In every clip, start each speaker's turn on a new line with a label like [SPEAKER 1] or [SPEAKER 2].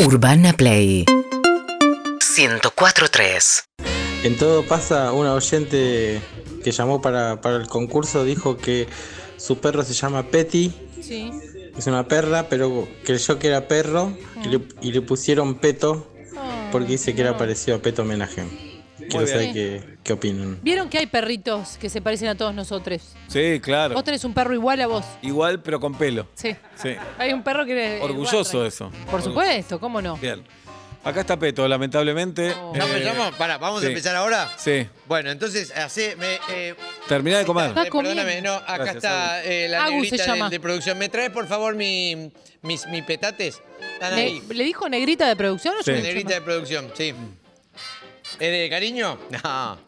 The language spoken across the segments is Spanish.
[SPEAKER 1] Urbana Play 104.3
[SPEAKER 2] En todo pasa, una oyente que llamó para, para el concurso dijo que su perro se llama Petty,
[SPEAKER 3] Sí.
[SPEAKER 2] es una perra, pero creyó que era perro y le, y le pusieron Peto
[SPEAKER 4] Oh.
[SPEAKER 3] Ah,
[SPEAKER 2] porque dice que era parecido a Peto homenaje. Quiero saber qué, qué opinan.
[SPEAKER 3] Vieron que hay perritos que se parecen a todos nosotros.
[SPEAKER 4] Sí, claro.
[SPEAKER 3] Vos tenés un perro igual a vos.
[SPEAKER 4] Igual, pero con pelo.
[SPEAKER 3] Sí.
[SPEAKER 4] Sí.
[SPEAKER 5] Ah,
[SPEAKER 3] Hay un perro que.
[SPEAKER 4] Orgulloso
[SPEAKER 3] de
[SPEAKER 4] de eso.
[SPEAKER 3] Por supuesto, ¿cómo no?
[SPEAKER 4] Bien. Acá está Peto, lamentablemente.
[SPEAKER 3] Oh.
[SPEAKER 5] ¿Ya
[SPEAKER 4] Eh,
[SPEAKER 5] empezamos? Pará, ¿vamos
[SPEAKER 4] sí.
[SPEAKER 5] a empezar ahora?
[SPEAKER 4] Sí.
[SPEAKER 5] Bueno, entonces, hace. Me, eh,
[SPEAKER 4] Terminá de comer.
[SPEAKER 3] Está
[SPEAKER 5] eh, perdóname,
[SPEAKER 3] comiendo.
[SPEAKER 5] no, acá
[SPEAKER 4] Gracias,
[SPEAKER 5] está eh, la
[SPEAKER 3] Agus se
[SPEAKER 5] negrita
[SPEAKER 3] llama.
[SPEAKER 5] de, de producción. ¿Me traes, por favor, mi, mis, mis petates? Están
[SPEAKER 3] Ne-
[SPEAKER 5] ahí.
[SPEAKER 3] ¿Le dijo negrita de producción o
[SPEAKER 4] Sí.
[SPEAKER 3] yo le dije
[SPEAKER 5] Negrita de producción, sí. ¿Es de cariño? No.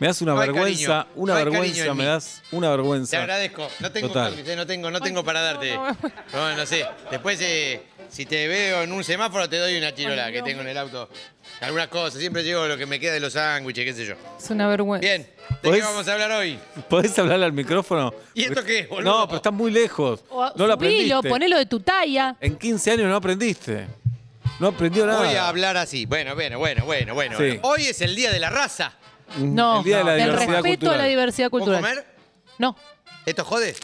[SPEAKER 4] Me das una
[SPEAKER 5] No hay
[SPEAKER 4] vergüenza,
[SPEAKER 5] cariño.
[SPEAKER 4] una
[SPEAKER 5] No hay cariño
[SPEAKER 4] vergüenza,
[SPEAKER 5] en
[SPEAKER 4] me
[SPEAKER 5] mí.
[SPEAKER 4] das una
[SPEAKER 5] Te
[SPEAKER 4] vergüenza.
[SPEAKER 5] agradezco. No tengo
[SPEAKER 4] Total.
[SPEAKER 5] hobbies, eh, no tengo, no tengo
[SPEAKER 3] Ay,
[SPEAKER 5] para
[SPEAKER 3] no,
[SPEAKER 5] darte.
[SPEAKER 3] no, no.
[SPEAKER 5] No, no sé. Después, eh, si te veo en un semáforo, te doy una chirola
[SPEAKER 3] Ay,
[SPEAKER 5] que
[SPEAKER 3] no.
[SPEAKER 5] tengo en el auto. Algunas cosas, siempre llevo lo que me queda de los sándwiches, qué sé yo.
[SPEAKER 3] Es una vergüenza.
[SPEAKER 5] Bien, ¿de qué
[SPEAKER 4] ¿Podés?
[SPEAKER 5] vamos a hablar hoy?
[SPEAKER 4] ¿Podés hablar al micrófono?
[SPEAKER 5] ¿Y esto qué, boludo?
[SPEAKER 4] No, pero estás muy lejos.
[SPEAKER 3] O,
[SPEAKER 4] no lo aprendiste.
[SPEAKER 3] subilo, ponelo de tu talla.
[SPEAKER 4] En 15 años no aprendiste. No aprendió nada.
[SPEAKER 5] Voy a hablar así. Bueno, bueno, bueno, bueno, bueno.
[SPEAKER 4] Sí.
[SPEAKER 5] Hoy es el día de la raza.
[SPEAKER 3] No,
[SPEAKER 4] El día de la
[SPEAKER 3] del
[SPEAKER 4] diversidad
[SPEAKER 3] respeto a la
[SPEAKER 4] cultural.
[SPEAKER 3] diversidad
[SPEAKER 5] ¿Puedo
[SPEAKER 3] cultural.
[SPEAKER 5] comer?
[SPEAKER 3] No.
[SPEAKER 5] ¿Esto jode?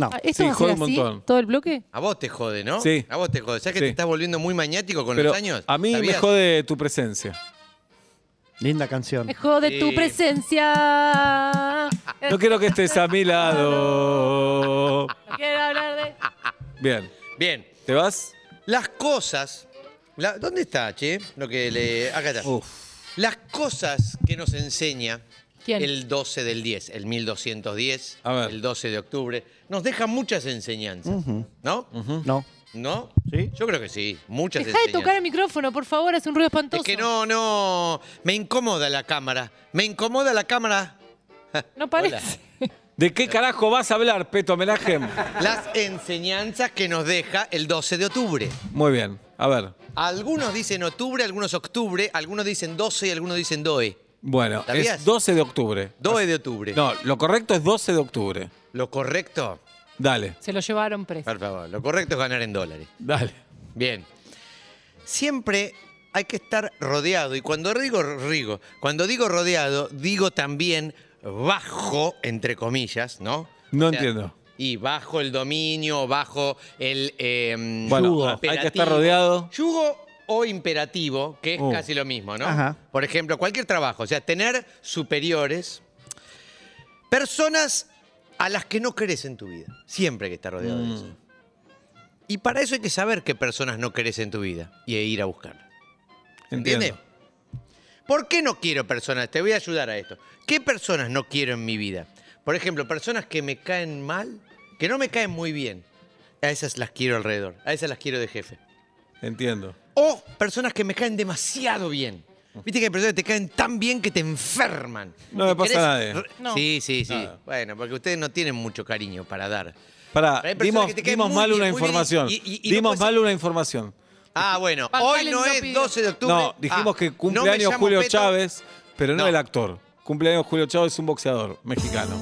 [SPEAKER 3] Ah, ¿Esto
[SPEAKER 4] sí,
[SPEAKER 3] va a
[SPEAKER 4] jode
[SPEAKER 3] ser
[SPEAKER 4] un
[SPEAKER 3] así
[SPEAKER 4] montón.
[SPEAKER 3] todo el bloque?
[SPEAKER 5] A vos te jode, ¿no?
[SPEAKER 4] Sí.
[SPEAKER 5] A vos te jode. ¿Sabes que
[SPEAKER 4] Sí.
[SPEAKER 5] te estás volviendo muy maniático con
[SPEAKER 4] Pero
[SPEAKER 5] los años?
[SPEAKER 4] a mí me
[SPEAKER 5] ¿Sabías?
[SPEAKER 4] jode tu presencia.
[SPEAKER 6] Linda canción.
[SPEAKER 3] Dejo de tu
[SPEAKER 5] Sí.
[SPEAKER 3] presencia.
[SPEAKER 4] No quiero que estés a mi lado.
[SPEAKER 3] No quiero hablar de.
[SPEAKER 4] Bien.
[SPEAKER 5] Bien.
[SPEAKER 4] ¿Te vas?
[SPEAKER 5] Las cosas. la- ¿Dónde está, che? Lo que le. Acá está.
[SPEAKER 4] Uf.
[SPEAKER 5] Las cosas que nos enseña
[SPEAKER 3] ¿Quién?
[SPEAKER 5] el 12 del 10, el 1210,
[SPEAKER 4] A ver.
[SPEAKER 5] el 12 de octubre, nos deja muchas enseñanzas. ¿No?
[SPEAKER 6] No.
[SPEAKER 5] ¿No?
[SPEAKER 6] Sí.
[SPEAKER 5] Yo creo que sí. Muchas
[SPEAKER 3] Deja de
[SPEAKER 5] enseñanzas.
[SPEAKER 3] tocar el micrófono, por favor, hace un ruido espantoso.
[SPEAKER 5] Es que no, no. Me incomoda la cámara. Me incomoda la cámara.
[SPEAKER 3] No parece.
[SPEAKER 4] ¿De qué carajo vas a hablar, Peto Menajem?
[SPEAKER 5] Las enseñanzas que nos deja el 12 de octubre.
[SPEAKER 4] Muy bien. A ver.
[SPEAKER 5] Algunos dicen octubre, algunos octubre, algunos dicen 12 y algunos dicen doe.
[SPEAKER 4] Bueno,
[SPEAKER 5] ¿Sabías?
[SPEAKER 4] es 12 de octubre.
[SPEAKER 5] Doe de octubre.
[SPEAKER 4] No, lo correcto es 12 de octubre.
[SPEAKER 5] Lo correcto,
[SPEAKER 4] Dale,
[SPEAKER 3] Se lo llevaron preso.
[SPEAKER 5] por favor, lo correcto es ganar en dólares.
[SPEAKER 4] dale.
[SPEAKER 5] Bien. Siempre hay que estar rodeado. Y cuando digo, rigo, cuando digo rodeado, digo también bajo, entre comillas, ¿no?
[SPEAKER 4] No entiendo.
[SPEAKER 5] Y bajo el dominio, bajo el. eh,
[SPEAKER 4] Bueno,
[SPEAKER 5] yugo
[SPEAKER 4] hay que
[SPEAKER 5] imperativo.
[SPEAKER 4] estar rodeado.
[SPEAKER 5] Yugo o imperativo, que es
[SPEAKER 4] Uh.
[SPEAKER 5] casi lo mismo, ¿no?
[SPEAKER 6] Ajá.
[SPEAKER 5] Por ejemplo, cualquier trabajo. O sea, tener superiores. Personas a las que no crees en tu vida. Siempre hay que estar rodeado
[SPEAKER 4] Mm.
[SPEAKER 5] de eso. Y para eso hay que saber qué personas no querés en tu vida y ir a buscarlas.
[SPEAKER 4] Entiendo.
[SPEAKER 5] ¿Entiendes? ¿Por qué no quiero personas? Te voy a ayudar a esto. ¿Qué personas no quiero en mi vida? Por ejemplo, personas que me caen mal, que no me caen muy bien. A esas las quiero alrededor, a esas las quiero de jefe.
[SPEAKER 4] Entiendo.
[SPEAKER 5] O personas que me caen demasiado bien. Viste que hay personas que te caen tan bien que te enferman.
[SPEAKER 4] No me
[SPEAKER 5] Que
[SPEAKER 4] pasa eh.
[SPEAKER 5] querés-
[SPEAKER 4] a nadie.
[SPEAKER 5] re-
[SPEAKER 3] No.
[SPEAKER 5] Sí, sí, sí.
[SPEAKER 4] Nada.
[SPEAKER 5] Bueno, porque ustedes no tienen mucho cariño para dar.
[SPEAKER 4] Pará,
[SPEAKER 5] Pero hay personas
[SPEAKER 4] dimos,
[SPEAKER 5] que te caen
[SPEAKER 4] dimos
[SPEAKER 5] muy
[SPEAKER 4] mal
[SPEAKER 5] bien,
[SPEAKER 4] una
[SPEAKER 5] muy bien,
[SPEAKER 4] información.
[SPEAKER 5] y- y- y no
[SPEAKER 4] dimos
[SPEAKER 5] puede
[SPEAKER 4] mal
[SPEAKER 5] ser-
[SPEAKER 4] una información.
[SPEAKER 5] Ah, bueno,
[SPEAKER 3] Van
[SPEAKER 5] hoy
[SPEAKER 3] Halen
[SPEAKER 5] no
[SPEAKER 3] no
[SPEAKER 5] es
[SPEAKER 3] pidió.
[SPEAKER 5] 12 de octubre.
[SPEAKER 4] No, dijimos
[SPEAKER 5] Ah,
[SPEAKER 4] que
[SPEAKER 5] no me
[SPEAKER 4] cumpleaños
[SPEAKER 5] llamo
[SPEAKER 4] Julio
[SPEAKER 5] Beto.
[SPEAKER 4] Chávez, pero no,
[SPEAKER 5] No.
[SPEAKER 4] el actor. Cumpleaños Julio Chávez es un boxeador mexicano.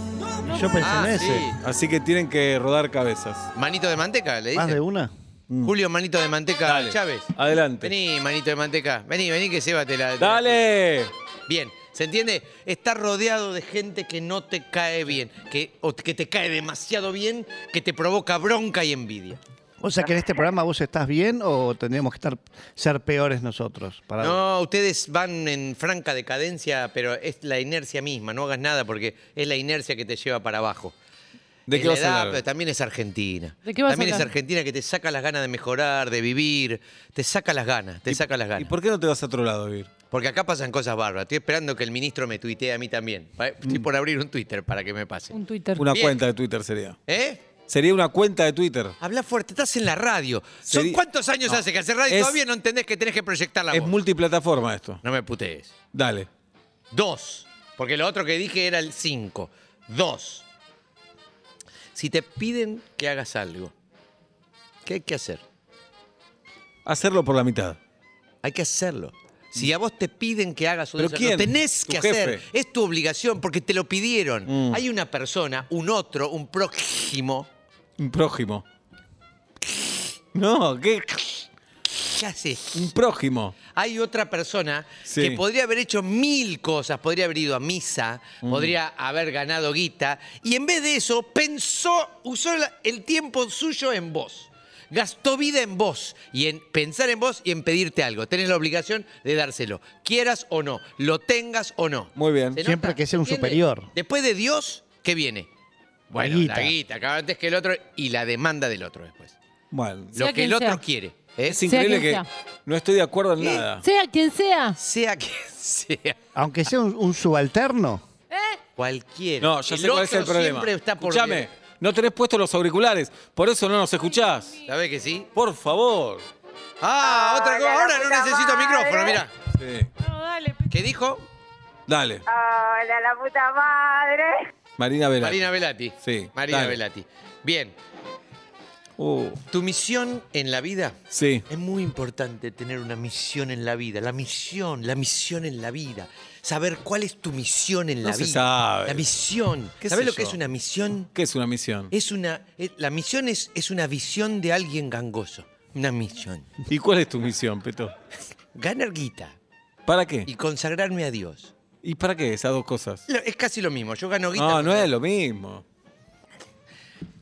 [SPEAKER 6] Yo pensé
[SPEAKER 5] Ah,
[SPEAKER 6] en
[SPEAKER 5] sí.
[SPEAKER 6] ese.
[SPEAKER 4] Así que tienen que rodar cabezas.
[SPEAKER 5] Manito de manteca, le
[SPEAKER 6] Más
[SPEAKER 5] dicen.
[SPEAKER 6] de una.
[SPEAKER 5] Julio Manito de Manteca
[SPEAKER 4] Mm. Dale,
[SPEAKER 5] Chávez.
[SPEAKER 4] adelante.
[SPEAKER 5] Vení, Manito de Manteca. Vení, vení que Seba te la. te la-
[SPEAKER 4] ¡Dale!
[SPEAKER 5] Bien, ¿se entiende? Estar rodeado de gente que no te cae bien, que, o que te cae demasiado bien, que te provoca bronca y envidia.
[SPEAKER 6] O sea que en este programa vos estás bien o tendríamos que estar ser peores nosotros. Para
[SPEAKER 5] No, ustedes van en franca decadencia, pero es la inercia misma. No hagas nada porque es la inercia que te lleva para abajo.
[SPEAKER 4] ¿De
[SPEAKER 5] Es
[SPEAKER 4] qué
[SPEAKER 5] la
[SPEAKER 4] vas
[SPEAKER 5] edad,
[SPEAKER 4] a
[SPEAKER 5] pero
[SPEAKER 4] hablar?
[SPEAKER 5] también es Argentina.
[SPEAKER 3] ¿De qué vas a
[SPEAKER 5] también es
[SPEAKER 3] hablar?
[SPEAKER 5] Argentina que te saca las ganas de mejorar, de vivir. Te saca las ganas, te saca las
[SPEAKER 4] ¿Y
[SPEAKER 5] ganas.
[SPEAKER 4] por qué no te vas a otro lado, Vir?
[SPEAKER 5] Porque acá pasan cosas bárbaras. Estoy esperando que el ministro me tuitee a mí también. ¿vale?
[SPEAKER 4] Mm.
[SPEAKER 5] Estoy por abrir un Twitter para que me pase.
[SPEAKER 3] Un Twitter.
[SPEAKER 4] Una
[SPEAKER 5] Bien.
[SPEAKER 4] cuenta de Twitter sería.
[SPEAKER 5] ¿Eh?
[SPEAKER 4] Sería una cuenta de Twitter.
[SPEAKER 5] Habla fuerte, estás en la radio. ¿Son
[SPEAKER 4] Sería-
[SPEAKER 5] cuántos años
[SPEAKER 4] No.
[SPEAKER 5] hace que hace radio?
[SPEAKER 4] Es-
[SPEAKER 5] Todavía no entendés que tenés que proyectar la
[SPEAKER 4] Es
[SPEAKER 5] voz.
[SPEAKER 4] multiplataforma esto.
[SPEAKER 5] No me putees.
[SPEAKER 4] Dale.
[SPEAKER 5] Dos. Porque lo otro que dije era el cinco. Dos. Si te piden que hagas algo, ¿qué hay que hacer?
[SPEAKER 4] Hacerlo por la mitad.
[SPEAKER 5] Hay que hacerlo. Si a vos te piden que hagas un
[SPEAKER 4] Mm. ¿Pero
[SPEAKER 5] desayuno,
[SPEAKER 4] quién?
[SPEAKER 5] tenés
[SPEAKER 4] ¿Tu
[SPEAKER 5] que
[SPEAKER 4] jefe? Mm.
[SPEAKER 5] hacer. Es tu obligación porque te lo pidieron. Hay una persona, un otro, un prójimo
[SPEAKER 4] Un prójimo. No, ¿qué?
[SPEAKER 5] ¿qué haces?
[SPEAKER 4] Un prójimo.
[SPEAKER 5] Hay otra persona
[SPEAKER 4] Sí.
[SPEAKER 5] que podría haber hecho mil cosas, podría haber ido a misa,
[SPEAKER 4] Mm.
[SPEAKER 5] podría haber ganado guita, y en vez de eso pensó, usó la- el tiempo suyo en vos. Gastó vida en vos y en pensar en vos y en pedirte algo. Tenés la obligación de dárselo, quieras o no, lo tengas o no.
[SPEAKER 4] Muy bien.
[SPEAKER 5] ¿Se
[SPEAKER 6] Siempre
[SPEAKER 5] nota?
[SPEAKER 6] que sea un
[SPEAKER 5] ¿Entiende?
[SPEAKER 6] superior.
[SPEAKER 5] Después de Dios, ¿qué viene? Bueno, la guita, acaba antes que el otro y la demanda del otro después.
[SPEAKER 4] Bueno,
[SPEAKER 5] Lo
[SPEAKER 3] Sea
[SPEAKER 5] que
[SPEAKER 3] quien
[SPEAKER 5] el otro
[SPEAKER 3] sea.
[SPEAKER 5] quiere. ¿eh?
[SPEAKER 4] es increíble
[SPEAKER 3] quien
[SPEAKER 4] que
[SPEAKER 3] sea.
[SPEAKER 4] no estoy de acuerdo en nada.
[SPEAKER 3] Sea quien sea.
[SPEAKER 5] Sea que sea.
[SPEAKER 6] Aunque sea un, un subalterno.
[SPEAKER 5] Cualquiera.
[SPEAKER 4] No, ya
[SPEAKER 5] El
[SPEAKER 4] sé cuál es
[SPEAKER 5] otro
[SPEAKER 4] el problema.
[SPEAKER 5] Siempre está por
[SPEAKER 4] Escuchame, no tenés puestos los auriculares, por eso no nos escuchás.
[SPEAKER 5] ¿Sabes que sí?
[SPEAKER 4] Por favor.
[SPEAKER 5] Ah, otra cosa. Ahora no necesito micrófono, mira.
[SPEAKER 4] Sí.
[SPEAKER 3] No, dale.
[SPEAKER 5] ¿Qué dijo?
[SPEAKER 4] Dale,
[SPEAKER 1] Hola, la puta madre.
[SPEAKER 4] Marina Velázquez.
[SPEAKER 5] Marina Velati.
[SPEAKER 4] Sí,
[SPEAKER 5] Marina
[SPEAKER 4] dale.
[SPEAKER 5] Velati. Bien.
[SPEAKER 4] Uh,
[SPEAKER 5] Tu misión en la vida.
[SPEAKER 4] sí.
[SPEAKER 5] Es muy importante tener una misión en la vida. La misión, la misión en la vida. Saber cuál es tu misión en
[SPEAKER 4] No
[SPEAKER 5] la
[SPEAKER 4] se
[SPEAKER 5] vida.
[SPEAKER 4] sabe.
[SPEAKER 5] La misión.
[SPEAKER 4] ¿Qué
[SPEAKER 5] ¿Sabes
[SPEAKER 4] sé
[SPEAKER 5] lo que
[SPEAKER 4] yo?
[SPEAKER 5] es una misión?
[SPEAKER 4] ¿Qué es una misión?
[SPEAKER 5] Es una. eh, la misión es, es una visión de alguien gangoso. Una misión.
[SPEAKER 4] ¿Y cuál es tu misión, Peto?
[SPEAKER 5] Ganar guita
[SPEAKER 4] ¿Para qué?
[SPEAKER 5] y consagrarme a Dios.
[SPEAKER 4] ¿Y para qué esas dos cosas?
[SPEAKER 5] Lo- Es casi lo mismo. Yo gano guita.
[SPEAKER 4] No, no
[SPEAKER 5] pero-
[SPEAKER 4] es lo mismo.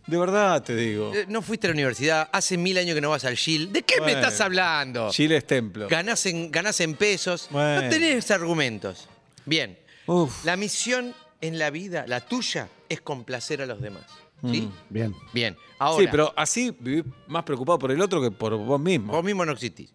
[SPEAKER 4] De verdad te digo.
[SPEAKER 5] Eh, No fuiste a la universidad, hace mil años que no vas al Gil. ¿De qué
[SPEAKER 4] Bueno.
[SPEAKER 5] me estás hablando?
[SPEAKER 4] Chile es templo.
[SPEAKER 5] Ganás en, ganás en pesos.
[SPEAKER 4] Bueno.
[SPEAKER 5] No tenés argumentos. Bien.
[SPEAKER 4] Uf.
[SPEAKER 5] La misión en la vida, la tuya, es complacer a los demás. ¿Sí?
[SPEAKER 6] Bien.
[SPEAKER 5] Bien. Ahora,
[SPEAKER 4] Mm. Sí, pero así vivís más preocupado por el otro que por vos mismo.
[SPEAKER 5] vos mismo no existís.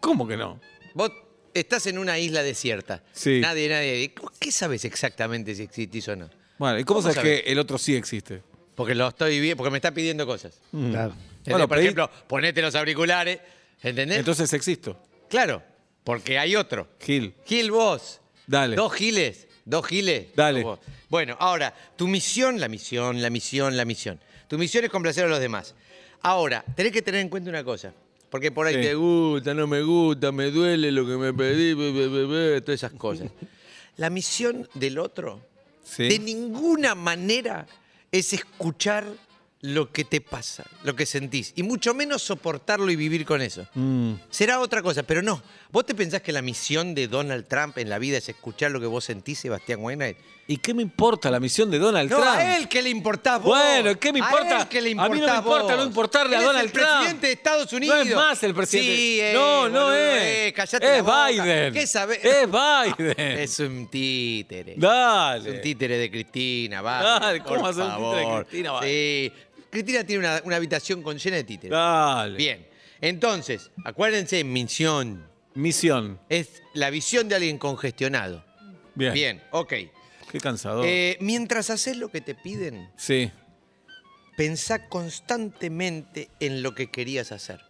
[SPEAKER 4] ¿Cómo que no?
[SPEAKER 5] Vos estás en una isla desierta.
[SPEAKER 4] Sí.
[SPEAKER 5] Nadie, nadie. ¿Qué sabes exactamente si existís o no?
[SPEAKER 4] Bueno, ¿y cómo,
[SPEAKER 5] ¿Cómo
[SPEAKER 4] sabes
[SPEAKER 5] sabés? Eh.
[SPEAKER 4] que el otro sí existe?
[SPEAKER 5] Porque lo estoy viendo, porque me está pidiendo cosas.
[SPEAKER 6] Claro.
[SPEAKER 5] ¿Entendés?
[SPEAKER 4] Bueno,
[SPEAKER 5] por
[SPEAKER 4] pedí-
[SPEAKER 5] ejemplo, ponete los auriculares. ¿Entendés?
[SPEAKER 4] Entonces existo.
[SPEAKER 5] claro, porque hay otro.
[SPEAKER 4] Gil,
[SPEAKER 5] Gil vos.
[SPEAKER 4] Dale.
[SPEAKER 5] Dos giles. Dos giles.
[SPEAKER 4] Dale.
[SPEAKER 5] Vos. Bueno, ahora, tu misión, la misión, la misión, la misión. Tu misión es complacer a los demás. Ahora, tenés que tener en cuenta una cosa. Porque por ahí
[SPEAKER 4] Sí.
[SPEAKER 5] te gusta, no me gusta, me duele lo que me pedí, be, be, be, be, todas esas cosas. La misión del otro,
[SPEAKER 4] Sí.
[SPEAKER 5] de ninguna manera, es escuchar lo que te pasa, lo que sentís. Y mucho menos soportarlo y vivir con eso.
[SPEAKER 4] Mm.
[SPEAKER 5] Será otra cosa, pero no. ¿Vos te pensás que la misión de Donald Trump en la vida es escuchar lo que vos sentís, Sebastián Weinreich?
[SPEAKER 4] ¿y qué me importa la misión de Donald
[SPEAKER 5] No,
[SPEAKER 4] Trump?
[SPEAKER 5] a él que le importás vos.
[SPEAKER 4] Bueno, ¿qué me importa?
[SPEAKER 5] A él que le
[SPEAKER 4] A mí no
[SPEAKER 5] importás
[SPEAKER 4] me importa
[SPEAKER 5] vos.
[SPEAKER 4] no importarle a
[SPEAKER 5] Él es
[SPEAKER 4] Donald Trump.
[SPEAKER 5] el presidente de Estados Unidos.
[SPEAKER 4] No es más el presidente.
[SPEAKER 5] Sí, eh,
[SPEAKER 4] no, no
[SPEAKER 5] boludo,
[SPEAKER 4] es.
[SPEAKER 5] eh, callate
[SPEAKER 4] es
[SPEAKER 5] la boca.
[SPEAKER 4] Biden.
[SPEAKER 5] ¿Qué sabés?
[SPEAKER 4] Es Biden.
[SPEAKER 5] Es un títere. Es
[SPEAKER 4] Dale.
[SPEAKER 5] un títere de Cristina, va.
[SPEAKER 4] Dale, Ah, ¿cómo
[SPEAKER 5] por
[SPEAKER 4] vas a ser un títere de
[SPEAKER 5] favor.
[SPEAKER 4] Cristina, va?
[SPEAKER 5] Sí. Cristina tiene una, una habitación con llena de títeres.
[SPEAKER 4] Dale.
[SPEAKER 5] Bien. Entonces, acuérdense, misión.
[SPEAKER 4] Misión.
[SPEAKER 5] Es la visión de alguien congestionado.
[SPEAKER 4] Bien.
[SPEAKER 5] Bien, ok.
[SPEAKER 4] Qué cansador.
[SPEAKER 5] Eh, mientras haces lo que te piden,
[SPEAKER 4] sí.
[SPEAKER 5] pensá constantemente en lo que querías hacer.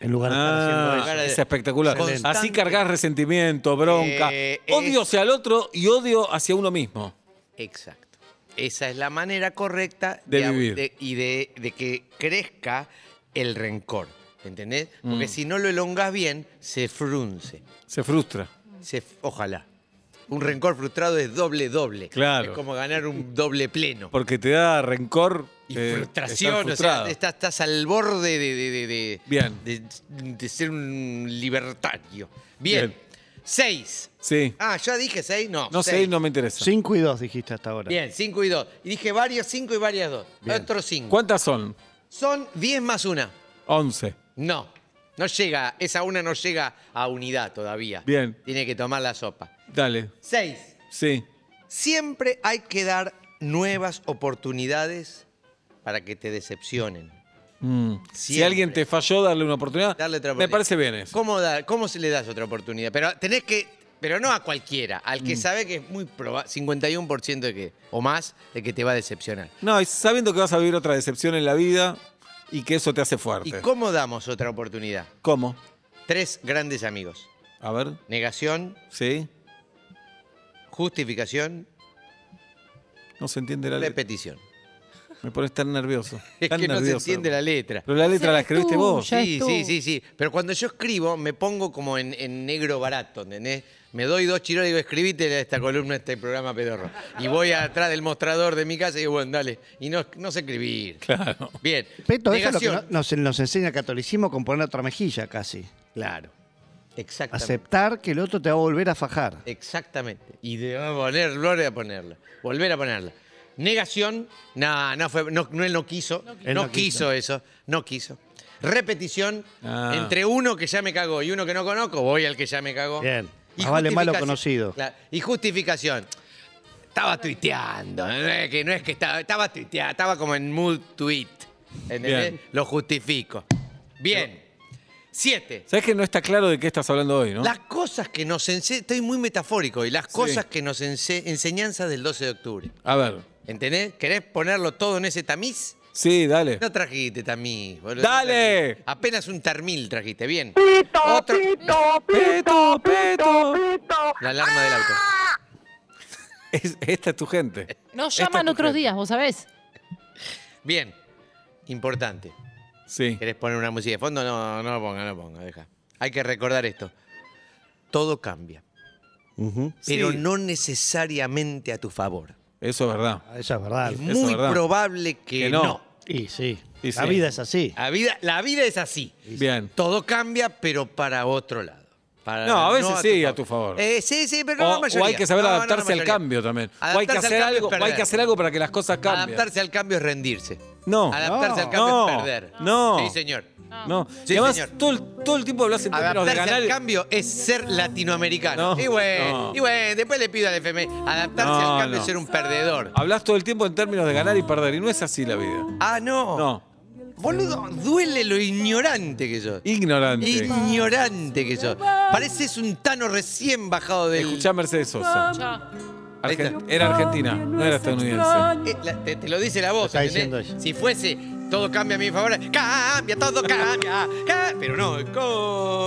[SPEAKER 6] En lugar de
[SPEAKER 4] Ah,
[SPEAKER 6] estar haciendo
[SPEAKER 5] eso.
[SPEAKER 4] es espectacular.
[SPEAKER 5] Excelente.
[SPEAKER 4] Así cargas resentimiento, bronca,
[SPEAKER 5] Eh,
[SPEAKER 4] odio
[SPEAKER 5] es-
[SPEAKER 4] hacia el otro y odio hacia uno mismo.
[SPEAKER 5] Exacto. Esa es la manera correcta
[SPEAKER 4] De
[SPEAKER 5] au-
[SPEAKER 4] vivir.
[SPEAKER 5] y de, de que crezca el rencor. ¿Entendés?
[SPEAKER 4] Mm.
[SPEAKER 5] Porque si no lo elongas bien, se frunce.
[SPEAKER 4] Se frustra.
[SPEAKER 5] Se f- ojalá. Un rencor frustrado es doble doble.
[SPEAKER 4] Claro.
[SPEAKER 5] Es como ganar un doble pleno.
[SPEAKER 4] Porque te da rencor.
[SPEAKER 5] y
[SPEAKER 4] eh, estar
[SPEAKER 5] frustración, o sea,
[SPEAKER 4] frustrado.
[SPEAKER 5] estás, estás al borde de, de- de- de-
[SPEAKER 4] Bien.
[SPEAKER 5] de- de ser un libertario. Bien.
[SPEAKER 4] Bien.
[SPEAKER 5] Seis.
[SPEAKER 4] Sí.
[SPEAKER 5] Ah, ya dije seis, no.
[SPEAKER 4] No sé, no me interesa.
[SPEAKER 6] 5 y 2 dijiste hasta ahora.
[SPEAKER 5] Bien, cinco y dos. Y dije varios cinco y varias dos.
[SPEAKER 6] Bien.
[SPEAKER 5] Otros cinco.
[SPEAKER 4] ¿Cuántas son?
[SPEAKER 5] Son diez más una.
[SPEAKER 4] 11.
[SPEAKER 5] No. No llega, esa una no llega a unidad todavía.
[SPEAKER 4] Bien.
[SPEAKER 5] Tiene que tomar la sopa.
[SPEAKER 4] Dale.
[SPEAKER 5] Seis.
[SPEAKER 4] Sí.
[SPEAKER 5] Siempre hay que dar nuevas oportunidades para que te decepcionen.
[SPEAKER 4] Mm. Si
[SPEAKER 5] Siempre.
[SPEAKER 4] alguien te falló, darle una oportunidad.
[SPEAKER 5] Darle otra
[SPEAKER 4] Me
[SPEAKER 5] oportunidad.
[SPEAKER 4] parece bien eso.
[SPEAKER 5] ¿Cómo, da- cómo se le das otra oportunidad? Pero tenés que. Pero no a cualquiera, al
[SPEAKER 4] Mm.
[SPEAKER 5] que sabe que es muy probable, 51% de que, o más, de que te va a decepcionar.
[SPEAKER 4] No, es sabiendo que vas a vivir otra decepción en la vida y que eso te hace fuerte.
[SPEAKER 5] ¿Y cómo damos otra oportunidad?
[SPEAKER 4] ¿Cómo?
[SPEAKER 5] Tres grandes amigos.
[SPEAKER 4] A ver.
[SPEAKER 5] Negación,
[SPEAKER 4] Sí.
[SPEAKER 5] justificación,
[SPEAKER 4] No se entiende la letra.
[SPEAKER 5] repetición.
[SPEAKER 4] Me pones tan nervioso.
[SPEAKER 5] Es
[SPEAKER 4] tan
[SPEAKER 5] que no se
[SPEAKER 4] nervioso.
[SPEAKER 5] entiende la letra.
[SPEAKER 4] Pero la letra la
[SPEAKER 3] Eres
[SPEAKER 4] escribiste
[SPEAKER 3] tú,
[SPEAKER 4] vos.
[SPEAKER 3] ya
[SPEAKER 5] Sí,
[SPEAKER 3] es
[SPEAKER 5] sí,
[SPEAKER 3] tú.
[SPEAKER 5] sí, sí. Pero cuando yo escribo, me pongo como en, en negro barato, ¿entendés? Me doy dos chiros y digo, escribite esta columna, este programa pedorro. Y voy atrás del mostrador de mi casa y digo, bueno, dale. Y no, no sé escribir.
[SPEAKER 4] Claro.
[SPEAKER 5] Bien.
[SPEAKER 6] Peto, eso es lo que
[SPEAKER 5] Negación.
[SPEAKER 6] no- nos, nos enseña el catolicismo con poner otra mejilla casi.
[SPEAKER 5] Claro. Exactamente.
[SPEAKER 6] Aceptar que el otro te va a volver a
[SPEAKER 5] Eh,
[SPEAKER 6] fajar.
[SPEAKER 5] Exactamente. Y de poner, volver a ponerla. Volver a ponerla. Negación, no, no fue, no, no, él no quiso, no,
[SPEAKER 6] Él no
[SPEAKER 5] quiso.
[SPEAKER 6] quiso.
[SPEAKER 5] eso, no quiso. Repetición,
[SPEAKER 4] Ah.
[SPEAKER 5] entre uno que ya me cagó y uno que no conozco, voy al que ya me cagó.
[SPEAKER 6] Bien. Más vale malo
[SPEAKER 5] justificación-
[SPEAKER 6] conocido.
[SPEAKER 5] Claro. Y justificación. Estaba tuiteando, no es que, no es que estaba, estaba tuiteando, estaba como en mood tweet. ¿entendés?
[SPEAKER 4] Bien.
[SPEAKER 5] Lo justifico. Bien. Siete.
[SPEAKER 4] Sabes que no está claro de qué estás hablando hoy, ¿no?
[SPEAKER 5] Las cosas que nos enseñan, estoy muy metafórico, y las cosas que nos ense- enseñanzas del 12 de octubre.
[SPEAKER 4] A ver.
[SPEAKER 5] ¿Entendés? ¿Querés ponerlo todo en ese tamiz?
[SPEAKER 4] Sí, dale.
[SPEAKER 5] No trajiste tamiz, boludo.
[SPEAKER 4] ¡Dale!
[SPEAKER 5] No trajiste. Apenas un termil trajiste, bien.
[SPEAKER 1] Pito,
[SPEAKER 5] Otro-
[SPEAKER 1] pito,
[SPEAKER 4] Peto,
[SPEAKER 1] pito,
[SPEAKER 4] peto.
[SPEAKER 1] pito, pito.
[SPEAKER 5] La alarma del auto.
[SPEAKER 4] Es- esta es tu gente.
[SPEAKER 3] No
[SPEAKER 4] Esta es
[SPEAKER 3] llaman
[SPEAKER 4] tu
[SPEAKER 3] otros
[SPEAKER 4] gente.
[SPEAKER 3] días, vos sabés.
[SPEAKER 5] Bien. Importante.
[SPEAKER 4] Sí.
[SPEAKER 5] ¿Querés poner una música de fondo? No, no lo ponga, no lo ponga, deja. Hay que recordar esto. Todo cambia, pero
[SPEAKER 4] Sí,
[SPEAKER 5] no necesariamente a tu favor.
[SPEAKER 4] Eso es verdad.
[SPEAKER 6] Esa es verdad.
[SPEAKER 5] Es
[SPEAKER 4] Eso es
[SPEAKER 5] muy
[SPEAKER 4] verdad.
[SPEAKER 5] probable que,
[SPEAKER 4] Que no.
[SPEAKER 5] no.
[SPEAKER 6] Y sí.
[SPEAKER 4] Y
[SPEAKER 6] la
[SPEAKER 4] sí.
[SPEAKER 6] vida es así.
[SPEAKER 5] La vida, la vida es así.
[SPEAKER 4] Bien.
[SPEAKER 5] Todo cambia, pero para otro lado. Para-
[SPEAKER 4] No, a veces sí, a tu favor.
[SPEAKER 5] Eh, sí, sí, pero no la
[SPEAKER 4] O,
[SPEAKER 5] mayoría.
[SPEAKER 4] o hay que saber
[SPEAKER 5] No, no, no, la
[SPEAKER 4] adaptarse al
[SPEAKER 5] mayoría.
[SPEAKER 4] cambio también. o hay que
[SPEAKER 5] Adaptarse al
[SPEAKER 4] hacer
[SPEAKER 5] cambio
[SPEAKER 4] algo,
[SPEAKER 5] es
[SPEAKER 4] o hay que
[SPEAKER 5] perder.
[SPEAKER 4] hacer algo para que las cosas cambien.
[SPEAKER 5] Adaptarse al cambio es rendirse.
[SPEAKER 4] No.
[SPEAKER 5] Adaptarse
[SPEAKER 6] no,
[SPEAKER 5] al cambio es
[SPEAKER 4] no,
[SPEAKER 5] perder.
[SPEAKER 4] no.
[SPEAKER 5] Sí, señor.
[SPEAKER 4] No.
[SPEAKER 5] Sí,
[SPEAKER 4] y además,
[SPEAKER 5] señor.
[SPEAKER 4] Todo, el, todo el tiempo hablas en términos de
[SPEAKER 5] Adaptarse
[SPEAKER 4] ganar.
[SPEAKER 5] al cambio es ser latinoamericano.
[SPEAKER 4] No,
[SPEAKER 5] y bueno,
[SPEAKER 4] no.
[SPEAKER 5] y bueno, después le pido al FMI. Adaptarse
[SPEAKER 4] No,
[SPEAKER 5] al cambio
[SPEAKER 4] no.
[SPEAKER 5] es ser un perdedor.
[SPEAKER 4] Hablas todo el tiempo en términos de ganar y perder. Y no es así la vida.
[SPEAKER 5] Ah, no.
[SPEAKER 4] No.
[SPEAKER 5] Boludo, duele lo ignorante que sos.
[SPEAKER 4] Ignorante.
[SPEAKER 5] Ignorante que sos. Pareces un tano recién bajado del.
[SPEAKER 4] Escuchá Mercedes Sosa.
[SPEAKER 3] Ya.
[SPEAKER 4] Argen-
[SPEAKER 5] Ahí está.
[SPEAKER 4] era argentina, no era estadounidense.
[SPEAKER 5] Eh, la- te, te lo dice la voz,
[SPEAKER 6] Lo está
[SPEAKER 5] ¿entendés?
[SPEAKER 6] diciendo ella.
[SPEAKER 5] Si fuese todo cambia a mi favor, cambia, todo cambia, ca- pero no,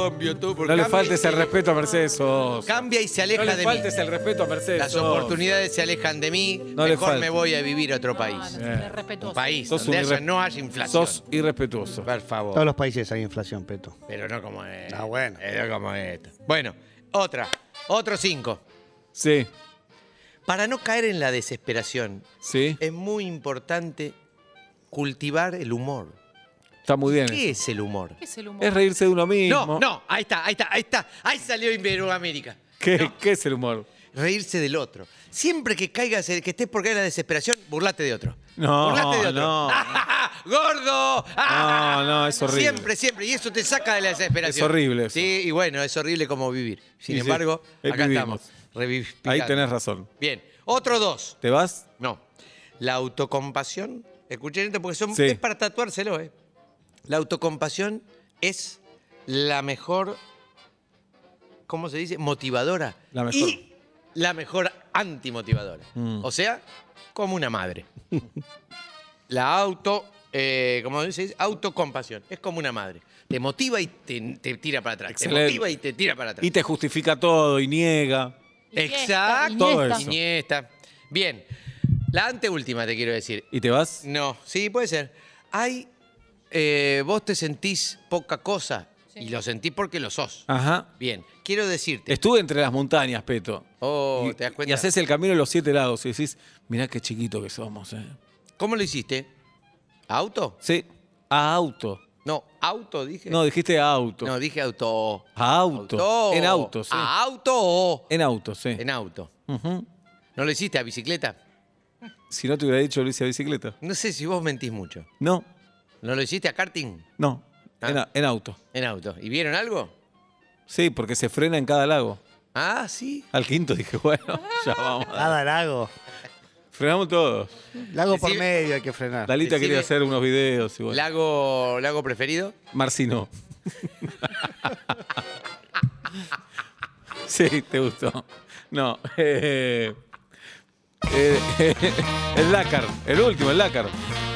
[SPEAKER 5] cambio todo por
[SPEAKER 4] No le
[SPEAKER 5] cambio
[SPEAKER 4] faltes
[SPEAKER 5] y-
[SPEAKER 4] el respeto a Mercedes Sosa.
[SPEAKER 5] Cambia y se
[SPEAKER 4] No
[SPEAKER 5] aleja
[SPEAKER 4] le
[SPEAKER 5] de mí.
[SPEAKER 4] faltes el respeto a Mercedes
[SPEAKER 5] Las
[SPEAKER 4] Sosa.
[SPEAKER 5] oportunidades se alejan de mí,
[SPEAKER 4] No le
[SPEAKER 5] mejor me
[SPEAKER 4] faltes.
[SPEAKER 5] voy a vivir a otro
[SPEAKER 3] No, no,
[SPEAKER 5] país.
[SPEAKER 3] no, respetuoso.
[SPEAKER 5] Un país
[SPEAKER 4] Sos
[SPEAKER 5] donde
[SPEAKER 4] un
[SPEAKER 5] haya-
[SPEAKER 4] irre-
[SPEAKER 5] no haya inflación.
[SPEAKER 4] Sos irrespetuoso.
[SPEAKER 5] Por favor.
[SPEAKER 6] Todos los países hay inflación, Peto.
[SPEAKER 5] Pero no como esto.
[SPEAKER 6] Ah, bueno.
[SPEAKER 5] Pero como esto. Bueno, otra. Otro cinco.
[SPEAKER 4] Sí,
[SPEAKER 5] Para no caer en la desesperación,
[SPEAKER 4] sí.
[SPEAKER 5] es muy importante cultivar el humor.
[SPEAKER 4] Está muy bien.
[SPEAKER 5] ¿Qué es el humor?
[SPEAKER 3] ¿Qué es el humor?
[SPEAKER 4] Es reírse de uno mismo.
[SPEAKER 5] No, no, ahí está, ahí está, ahí está. Ahí salió Iberoamérica.
[SPEAKER 4] ¿Qué,
[SPEAKER 5] No,
[SPEAKER 4] qué es el humor?
[SPEAKER 5] reírse del otro. Siempre que caigas, eh, que estés por caer en la desesperación, burlate de otro.
[SPEAKER 4] No,
[SPEAKER 5] burlate de otro.
[SPEAKER 4] no.
[SPEAKER 5] ¡Gordo!
[SPEAKER 4] No, no, es horrible.
[SPEAKER 5] Siempre, siempre. Y eso te saca de la
[SPEAKER 4] Es
[SPEAKER 5] desesperación.
[SPEAKER 4] horrible eso.
[SPEAKER 5] Sí, y bueno, es horrible como vivir. Sin
[SPEAKER 4] Y sí,
[SPEAKER 5] embargo,
[SPEAKER 4] ahí
[SPEAKER 5] acá
[SPEAKER 4] vivimos.
[SPEAKER 5] estamos. Reviv-
[SPEAKER 4] Ahí
[SPEAKER 5] picando.
[SPEAKER 4] tenés razón.
[SPEAKER 5] Bien. Otro dos.
[SPEAKER 4] ¿Te vas?
[SPEAKER 5] No. La autocompasión. Escuchen esto porque son,
[SPEAKER 4] Sí.
[SPEAKER 5] es para tatuárselo, ¿eh? La autocompasión es la mejor. ¿Cómo se dice? Motivadora.
[SPEAKER 4] La mejor.
[SPEAKER 5] Y la mejor antimotivadora.
[SPEAKER 4] Mm.
[SPEAKER 5] O sea, como una madre. la auto. eh, ¿Cómo se dice? Autocompasión. Es como una madre. Te motiva y te, te tira para atrás. Te
[SPEAKER 4] Excelente.
[SPEAKER 5] motiva y te tira para atrás.
[SPEAKER 4] Y te justifica todo y niega.
[SPEAKER 5] Exacto.
[SPEAKER 3] Iniesta,
[SPEAKER 4] Todo
[SPEAKER 3] Iniesta.
[SPEAKER 4] eso.
[SPEAKER 5] Iniesta. Bien. La anteúltima te quiero decir.
[SPEAKER 4] ¿Y te vas?
[SPEAKER 5] No, sí, puede ser. Hay. eh, vos te sentís poca cosa y lo sentís porque lo sos.
[SPEAKER 4] Ajá.
[SPEAKER 5] Bien, quiero decirte.
[SPEAKER 4] Estuve entre las montañas, Peto.
[SPEAKER 5] Oh,
[SPEAKER 4] y,
[SPEAKER 5] ¿te das cuenta?
[SPEAKER 4] Y haces el camino de los siete lagos y decís, mirá qué chiquito que somos. eh".
[SPEAKER 5] ¿Cómo lo hiciste? ¿Auto?
[SPEAKER 4] Sí, a auto.
[SPEAKER 5] No, auto dije.
[SPEAKER 4] No, dijiste a auto.
[SPEAKER 5] No, dije auto.
[SPEAKER 4] a auto. En auto, sí.
[SPEAKER 5] A auto o
[SPEAKER 4] En auto, sí.
[SPEAKER 5] en auto.
[SPEAKER 4] Ujú.
[SPEAKER 5] ¿No lo hiciste a bicicleta?
[SPEAKER 4] Si no te hubiera dicho, lo hice a bicicleta.
[SPEAKER 5] No sé si vos mentís mucho.
[SPEAKER 4] No,
[SPEAKER 5] ¿No lo hiciste a karting?
[SPEAKER 4] no. En,
[SPEAKER 5] Ah.
[SPEAKER 4] a- en auto.
[SPEAKER 5] En auto. ¿Y vieron algo?
[SPEAKER 4] Sí, porque se frena en cada lago.
[SPEAKER 5] Ah, sí.
[SPEAKER 4] Al quinto dije, bueno, ya vamos.
[SPEAKER 6] Nada, lago.
[SPEAKER 4] Frenamos todos.
[SPEAKER 6] Lago por
[SPEAKER 5] Decime-
[SPEAKER 6] medio hay que frenar.
[SPEAKER 4] Dalita
[SPEAKER 5] Decime-
[SPEAKER 4] quería hacer unos videos. Y bueno.
[SPEAKER 5] ¿Lago, lago preferido?
[SPEAKER 4] Marcino. sí, te gustó. No. eh, eh, eh, el Lácar, el último, el Lácar.
[SPEAKER 5] Eh,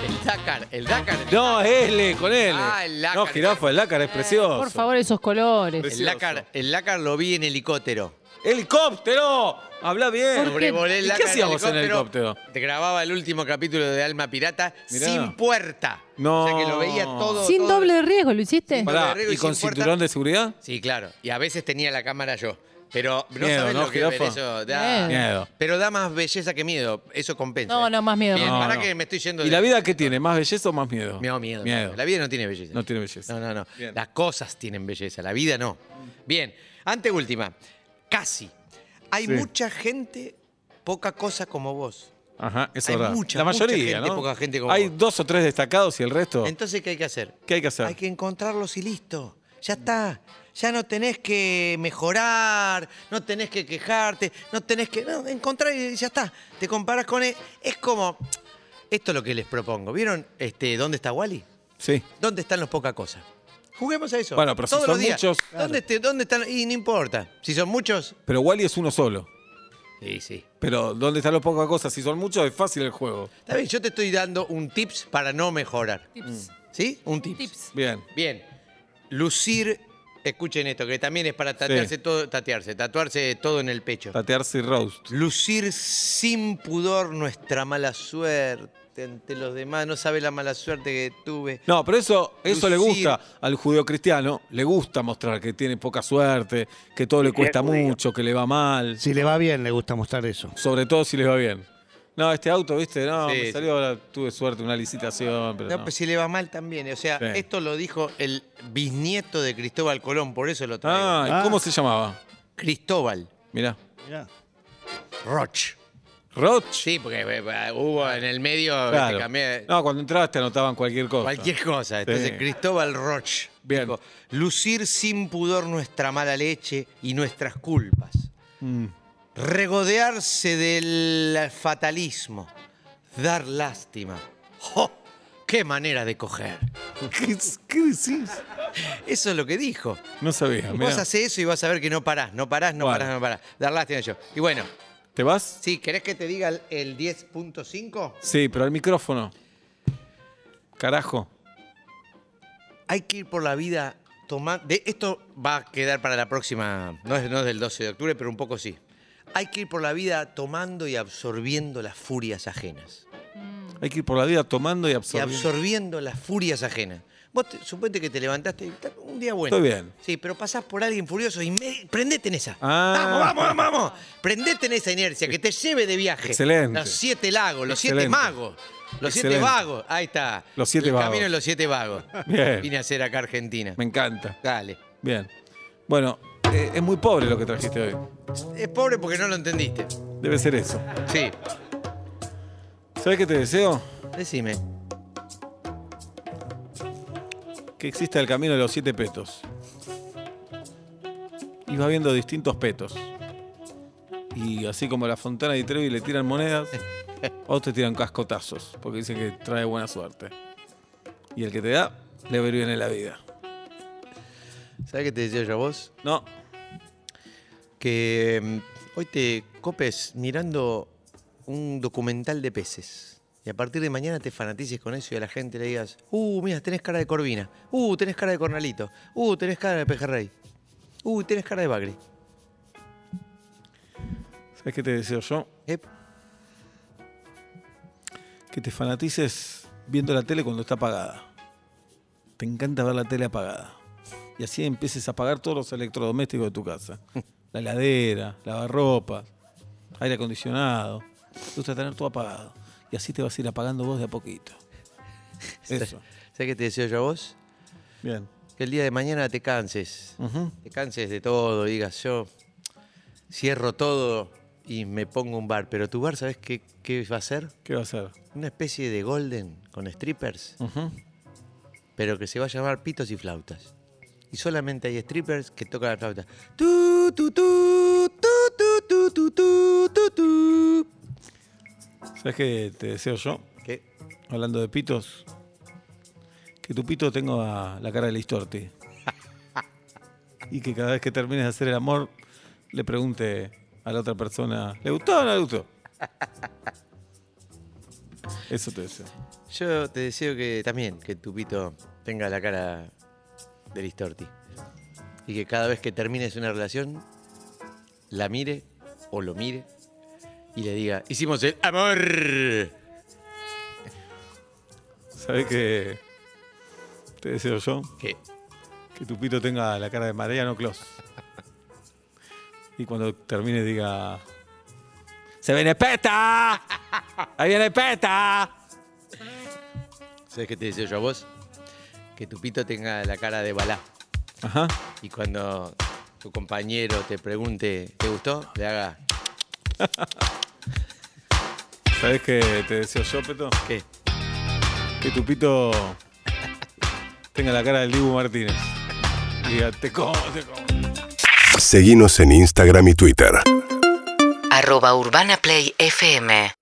[SPEAKER 5] El Dakar, el Dakar.
[SPEAKER 4] No, L, con L.
[SPEAKER 5] Ah, el Lácar. Eh,
[SPEAKER 4] No, jirafa, el lácar es precioso.
[SPEAKER 3] Por favor, esos colores.
[SPEAKER 5] El Dakar, el Dakar lo vi en helicóptero.
[SPEAKER 4] ¡Helicóptero! Habla bien.
[SPEAKER 5] Sobrevolé el
[SPEAKER 4] ¿Y qué
[SPEAKER 5] Dakar
[SPEAKER 4] hacías vos en helicóptero?
[SPEAKER 5] Te grababa el último capítulo de Alma Pirata
[SPEAKER 4] Mirá.
[SPEAKER 5] sin puerta.
[SPEAKER 4] No.
[SPEAKER 5] O sea que lo veía todo.
[SPEAKER 3] Sin
[SPEAKER 5] todo.
[SPEAKER 3] doble de riesgo, ¿lo hiciste?
[SPEAKER 5] Sin doble
[SPEAKER 4] Pará,
[SPEAKER 5] de riesgo
[SPEAKER 4] ¿y con
[SPEAKER 5] sin puerta.
[SPEAKER 4] cinturón de seguridad?
[SPEAKER 5] Sí, claro. Y a veces tenía la cámara yo. Pero no
[SPEAKER 4] Miedo,
[SPEAKER 5] sabes
[SPEAKER 4] ¿no,
[SPEAKER 5] lo que es ver
[SPEAKER 4] jirafa?
[SPEAKER 5] eso.
[SPEAKER 3] Miedo.
[SPEAKER 5] Da-
[SPEAKER 4] Miedo.
[SPEAKER 5] Pero da más belleza que miedo. Eso compensa.
[SPEAKER 3] No,
[SPEAKER 5] ¿eh?
[SPEAKER 3] no, más miedo.
[SPEAKER 5] Bien,
[SPEAKER 4] No,
[SPEAKER 5] para
[SPEAKER 4] no.
[SPEAKER 5] que me estoy yendo
[SPEAKER 4] ¿Y
[SPEAKER 5] de-
[SPEAKER 4] la vida qué tiene? ¿Más belleza o más miedo?
[SPEAKER 5] No, miedo,
[SPEAKER 4] Miedo.
[SPEAKER 5] miedo. La vida no tiene belleza.
[SPEAKER 4] No tiene belleza.
[SPEAKER 5] No, no, no.
[SPEAKER 4] Bien.
[SPEAKER 5] Las cosas tienen belleza, la vida no. Bien, ante última, casi. Hay
[SPEAKER 4] Sí.
[SPEAKER 5] mucha gente, poca cosa como vos.
[SPEAKER 4] Ajá, eso
[SPEAKER 5] Hay
[SPEAKER 4] es verdad.
[SPEAKER 5] mucha,
[SPEAKER 4] la
[SPEAKER 5] mucha
[SPEAKER 4] mayoría,
[SPEAKER 5] gente,
[SPEAKER 4] ¿no?
[SPEAKER 5] poca gente como
[SPEAKER 4] Hay
[SPEAKER 5] vos.
[SPEAKER 4] dos o tres destacados y el resto.
[SPEAKER 5] Entonces, ¿qué hay que hacer?
[SPEAKER 4] Oh. ¿Qué hay que hacer?
[SPEAKER 5] Hay que encontrarlos y listo. Ya está. Ya no tenés que mejorar, no tenés que quejarte, no tenés que. No, encontrar y ya está. Te comparás con él. Es como. Esto es lo que les propongo. ¿Vieron este, dónde está Wally?
[SPEAKER 4] Sí.
[SPEAKER 5] ¿Dónde están los poca cosa? Juguemos a eso.
[SPEAKER 4] Bueno, pero si
[SPEAKER 5] Todos
[SPEAKER 4] son
[SPEAKER 5] los días.
[SPEAKER 4] muchos-
[SPEAKER 5] ¿Dónde, te- ¿Dónde están? Y no importa. Si son muchos.
[SPEAKER 4] Pero Wally es uno solo.
[SPEAKER 5] Sí, sí.
[SPEAKER 4] Pero ¿dónde están los pocas cosas? Si son muchos, es fácil el juego.
[SPEAKER 5] Está bien, yo te estoy dando un tips para no mejorar.
[SPEAKER 3] Tips.
[SPEAKER 5] ¿Sí? Un
[SPEAKER 4] Mm.
[SPEAKER 5] tips.
[SPEAKER 3] Tips.
[SPEAKER 4] Bien.
[SPEAKER 5] Bien. Lucir. Escuchen esto, que también es para tatearse todo, tatearse, tatuarse todo en el pecho.
[SPEAKER 4] Patearse y roast.
[SPEAKER 5] Lucir sin pudor nuestra mala suerte ante los demás. No sabe la mala suerte que tuve.
[SPEAKER 4] No, pero eso, eso le
[SPEAKER 5] Lucir.
[SPEAKER 4] gusta al judío cristiano. Le gusta mostrar que tiene poca suerte, que todo le cuesta
[SPEAKER 1] judío.
[SPEAKER 4] mucho, que le va mal.
[SPEAKER 6] Si le va bien, le gusta mostrar eso.
[SPEAKER 4] Sobre todo si les va bien. No, este auto, viste, no,
[SPEAKER 5] Sí,
[SPEAKER 4] me
[SPEAKER 5] sí.
[SPEAKER 4] salió, ahora tuve suerte, una licitación, pero
[SPEAKER 5] No,
[SPEAKER 4] no.
[SPEAKER 5] pues si le va mal también. O sea,
[SPEAKER 4] Sí.
[SPEAKER 5] esto lo dijo el bisnieto de Cristóbal Colón, por eso lo traigo.
[SPEAKER 4] Ah, ¿y
[SPEAKER 6] Ah.
[SPEAKER 4] ¿cómo se llamaba?
[SPEAKER 5] Cristóbal
[SPEAKER 4] Mirá.
[SPEAKER 5] Roch.
[SPEAKER 4] Roch.
[SPEAKER 5] Sí, porque eh, eh, hubo en el medio te
[SPEAKER 4] Claro.
[SPEAKER 5] cambié
[SPEAKER 4] No, cuando entraste anotaban cualquier cosa.
[SPEAKER 5] cualquier cosa. Entonces,
[SPEAKER 4] Sí.
[SPEAKER 5] Cristóbal Roch.
[SPEAKER 4] Bien.
[SPEAKER 5] dijo, Lucir sin pudor nuestra mala leche y nuestras culpas.
[SPEAKER 4] Mm.
[SPEAKER 5] Regodearse del fatalismo. Dar lástima. ¡Jo! ¡Qué manera de coger!
[SPEAKER 4] ¿Qué, qué decís?
[SPEAKER 5] Eso es lo que dijo.
[SPEAKER 4] No sabía. Ah, mirá.
[SPEAKER 5] Vos haces eso y vas a ver que no parás, no parás, no
[SPEAKER 4] Bueno.
[SPEAKER 5] parás, no parás. Dar lástima yo. Y bueno,
[SPEAKER 4] ¿Te vas?
[SPEAKER 5] si querés que te diga el, el 10.5,
[SPEAKER 4] Sí, pero al micrófono. Carajo.
[SPEAKER 5] hay que ir por la vida tomando... Esto va a quedar para la próxima, no es, no es del 12 de octubre, pero un poco sí. Hay que ir por la vida tomando y absorbiendo las furias ajenas.
[SPEAKER 4] Hay que ir por la vida tomando y
[SPEAKER 5] Y
[SPEAKER 4] absorbiendo.
[SPEAKER 5] absorbiendo las furias ajenas. Vos te- suponete que te levantaste y está un día bueno.
[SPEAKER 4] Estoy bien.
[SPEAKER 5] Sí, pero pasás por alguien furioso y me- prendete en esa.
[SPEAKER 4] Ah.
[SPEAKER 5] Vamos, vamos, vamos, vamos. Prendete en esa inercia, que te lleve de viaje.
[SPEAKER 4] Excelente.
[SPEAKER 5] Los siete lagos, los siete
[SPEAKER 4] Excelente.
[SPEAKER 5] magos. Los siete
[SPEAKER 4] Excelente.
[SPEAKER 5] vagos. Ahí está.
[SPEAKER 4] Los siete
[SPEAKER 5] El
[SPEAKER 4] vagos.
[SPEAKER 5] camino de los siete vagos.
[SPEAKER 4] Bien.
[SPEAKER 5] Vine a hacer acá a Argentina.
[SPEAKER 4] Me encanta.
[SPEAKER 5] Dale.
[SPEAKER 4] Bien. Bueno, eh, es muy pobre lo que trajiste hoy.
[SPEAKER 5] Es pobre porque no lo entendiste.
[SPEAKER 4] Debe ser eso.
[SPEAKER 5] Sí.
[SPEAKER 4] ¿Sabes qué te deseo?
[SPEAKER 5] Decime.
[SPEAKER 4] que exista el camino de los siete petos. Y va viendo distintos petos. Y así como a la fontana de Trevi le tiran monedas, a otros te tiran cascotazos, porque dicen que trae buena suerte. Y el que te da, le va a ir bien en la vida.
[SPEAKER 5] ¿Sabés qué te decía yo a vos?
[SPEAKER 4] No,
[SPEAKER 5] que mm, hoy te copes mirando un documental de peces. Y a partir de mañana te fanatices con eso y a la gente le digas, uh, mira, tenés cara de corvina, uh, tenés cara de cornalito, uh, tenés cara de pejerrey, uh, tenés cara de bagre.
[SPEAKER 4] ¿sabes qué te deseo yo?
[SPEAKER 5] Ep,
[SPEAKER 4] Que te fanatices viendo la tele cuando está apagada. Te encanta ver la tele apagada. Y así empieces a apagar todos los electrodomésticos de tu casa. La heladera, lavarropa, aire acondicionado. Te gusta tener todo apagado. Y así te vas a ir apagando vos de a poquito. Eso.
[SPEAKER 5] ¿Sabés qué te deseo yo a vos?
[SPEAKER 4] Bien.
[SPEAKER 5] Que el día de mañana te canses. Te canses de todo, digas, yo cierro todo y me pongo un bar. Pero tu bar, ¿sabés qué, qué va a ser?
[SPEAKER 4] ¿Qué va a hacer?
[SPEAKER 5] Una especie de golden con strippers.
[SPEAKER 4] Ujú.
[SPEAKER 5] pero que se va a llamar Pitos y Flautas. Y solamente hay strippers que tocan la flauta. Tu, tu, tu, tu, tu, tu, tu, tu, tu, tu.
[SPEAKER 4] ¿Sabes qué te deseo yo?
[SPEAKER 5] ¿Qué?
[SPEAKER 4] Hablando de pitos. Que tu pito tenga la cara de Listorti. Y que cada vez que termines de hacer el amor, le pregunte a la otra persona, ¿le gustó o no le gustó? Eso te deseo.
[SPEAKER 5] Yo te deseo que también, que tu pito tenga la cara de Listorti. Y que cada vez que termines una relación, la mire o lo mire y le diga, hicimos el amor.
[SPEAKER 4] ¿Sabes qué te deseo yo?
[SPEAKER 5] Que
[SPEAKER 4] Que tu pito tenga la cara de Mariano Clos. Y cuando termine diga... ¡Se viene Peta! ¡Ahí viene Peta!
[SPEAKER 5] ¿Sabes qué te deseo yo a vos? Que tu pito tenga la cara de balá.
[SPEAKER 4] Ajá.
[SPEAKER 5] Y cuando tu compañero te pregunte, ¿te gustó? Le haga,
[SPEAKER 4] ¿Sabes qué te deseo yo, Peto?
[SPEAKER 5] ¿qué?
[SPEAKER 4] Que tu pito tenga la cara del Dibu Martínez. Y diga, te como, te como.
[SPEAKER 7] Seguinos en Instagram y Twitter.
[SPEAKER 8] arroba Urbana Play FM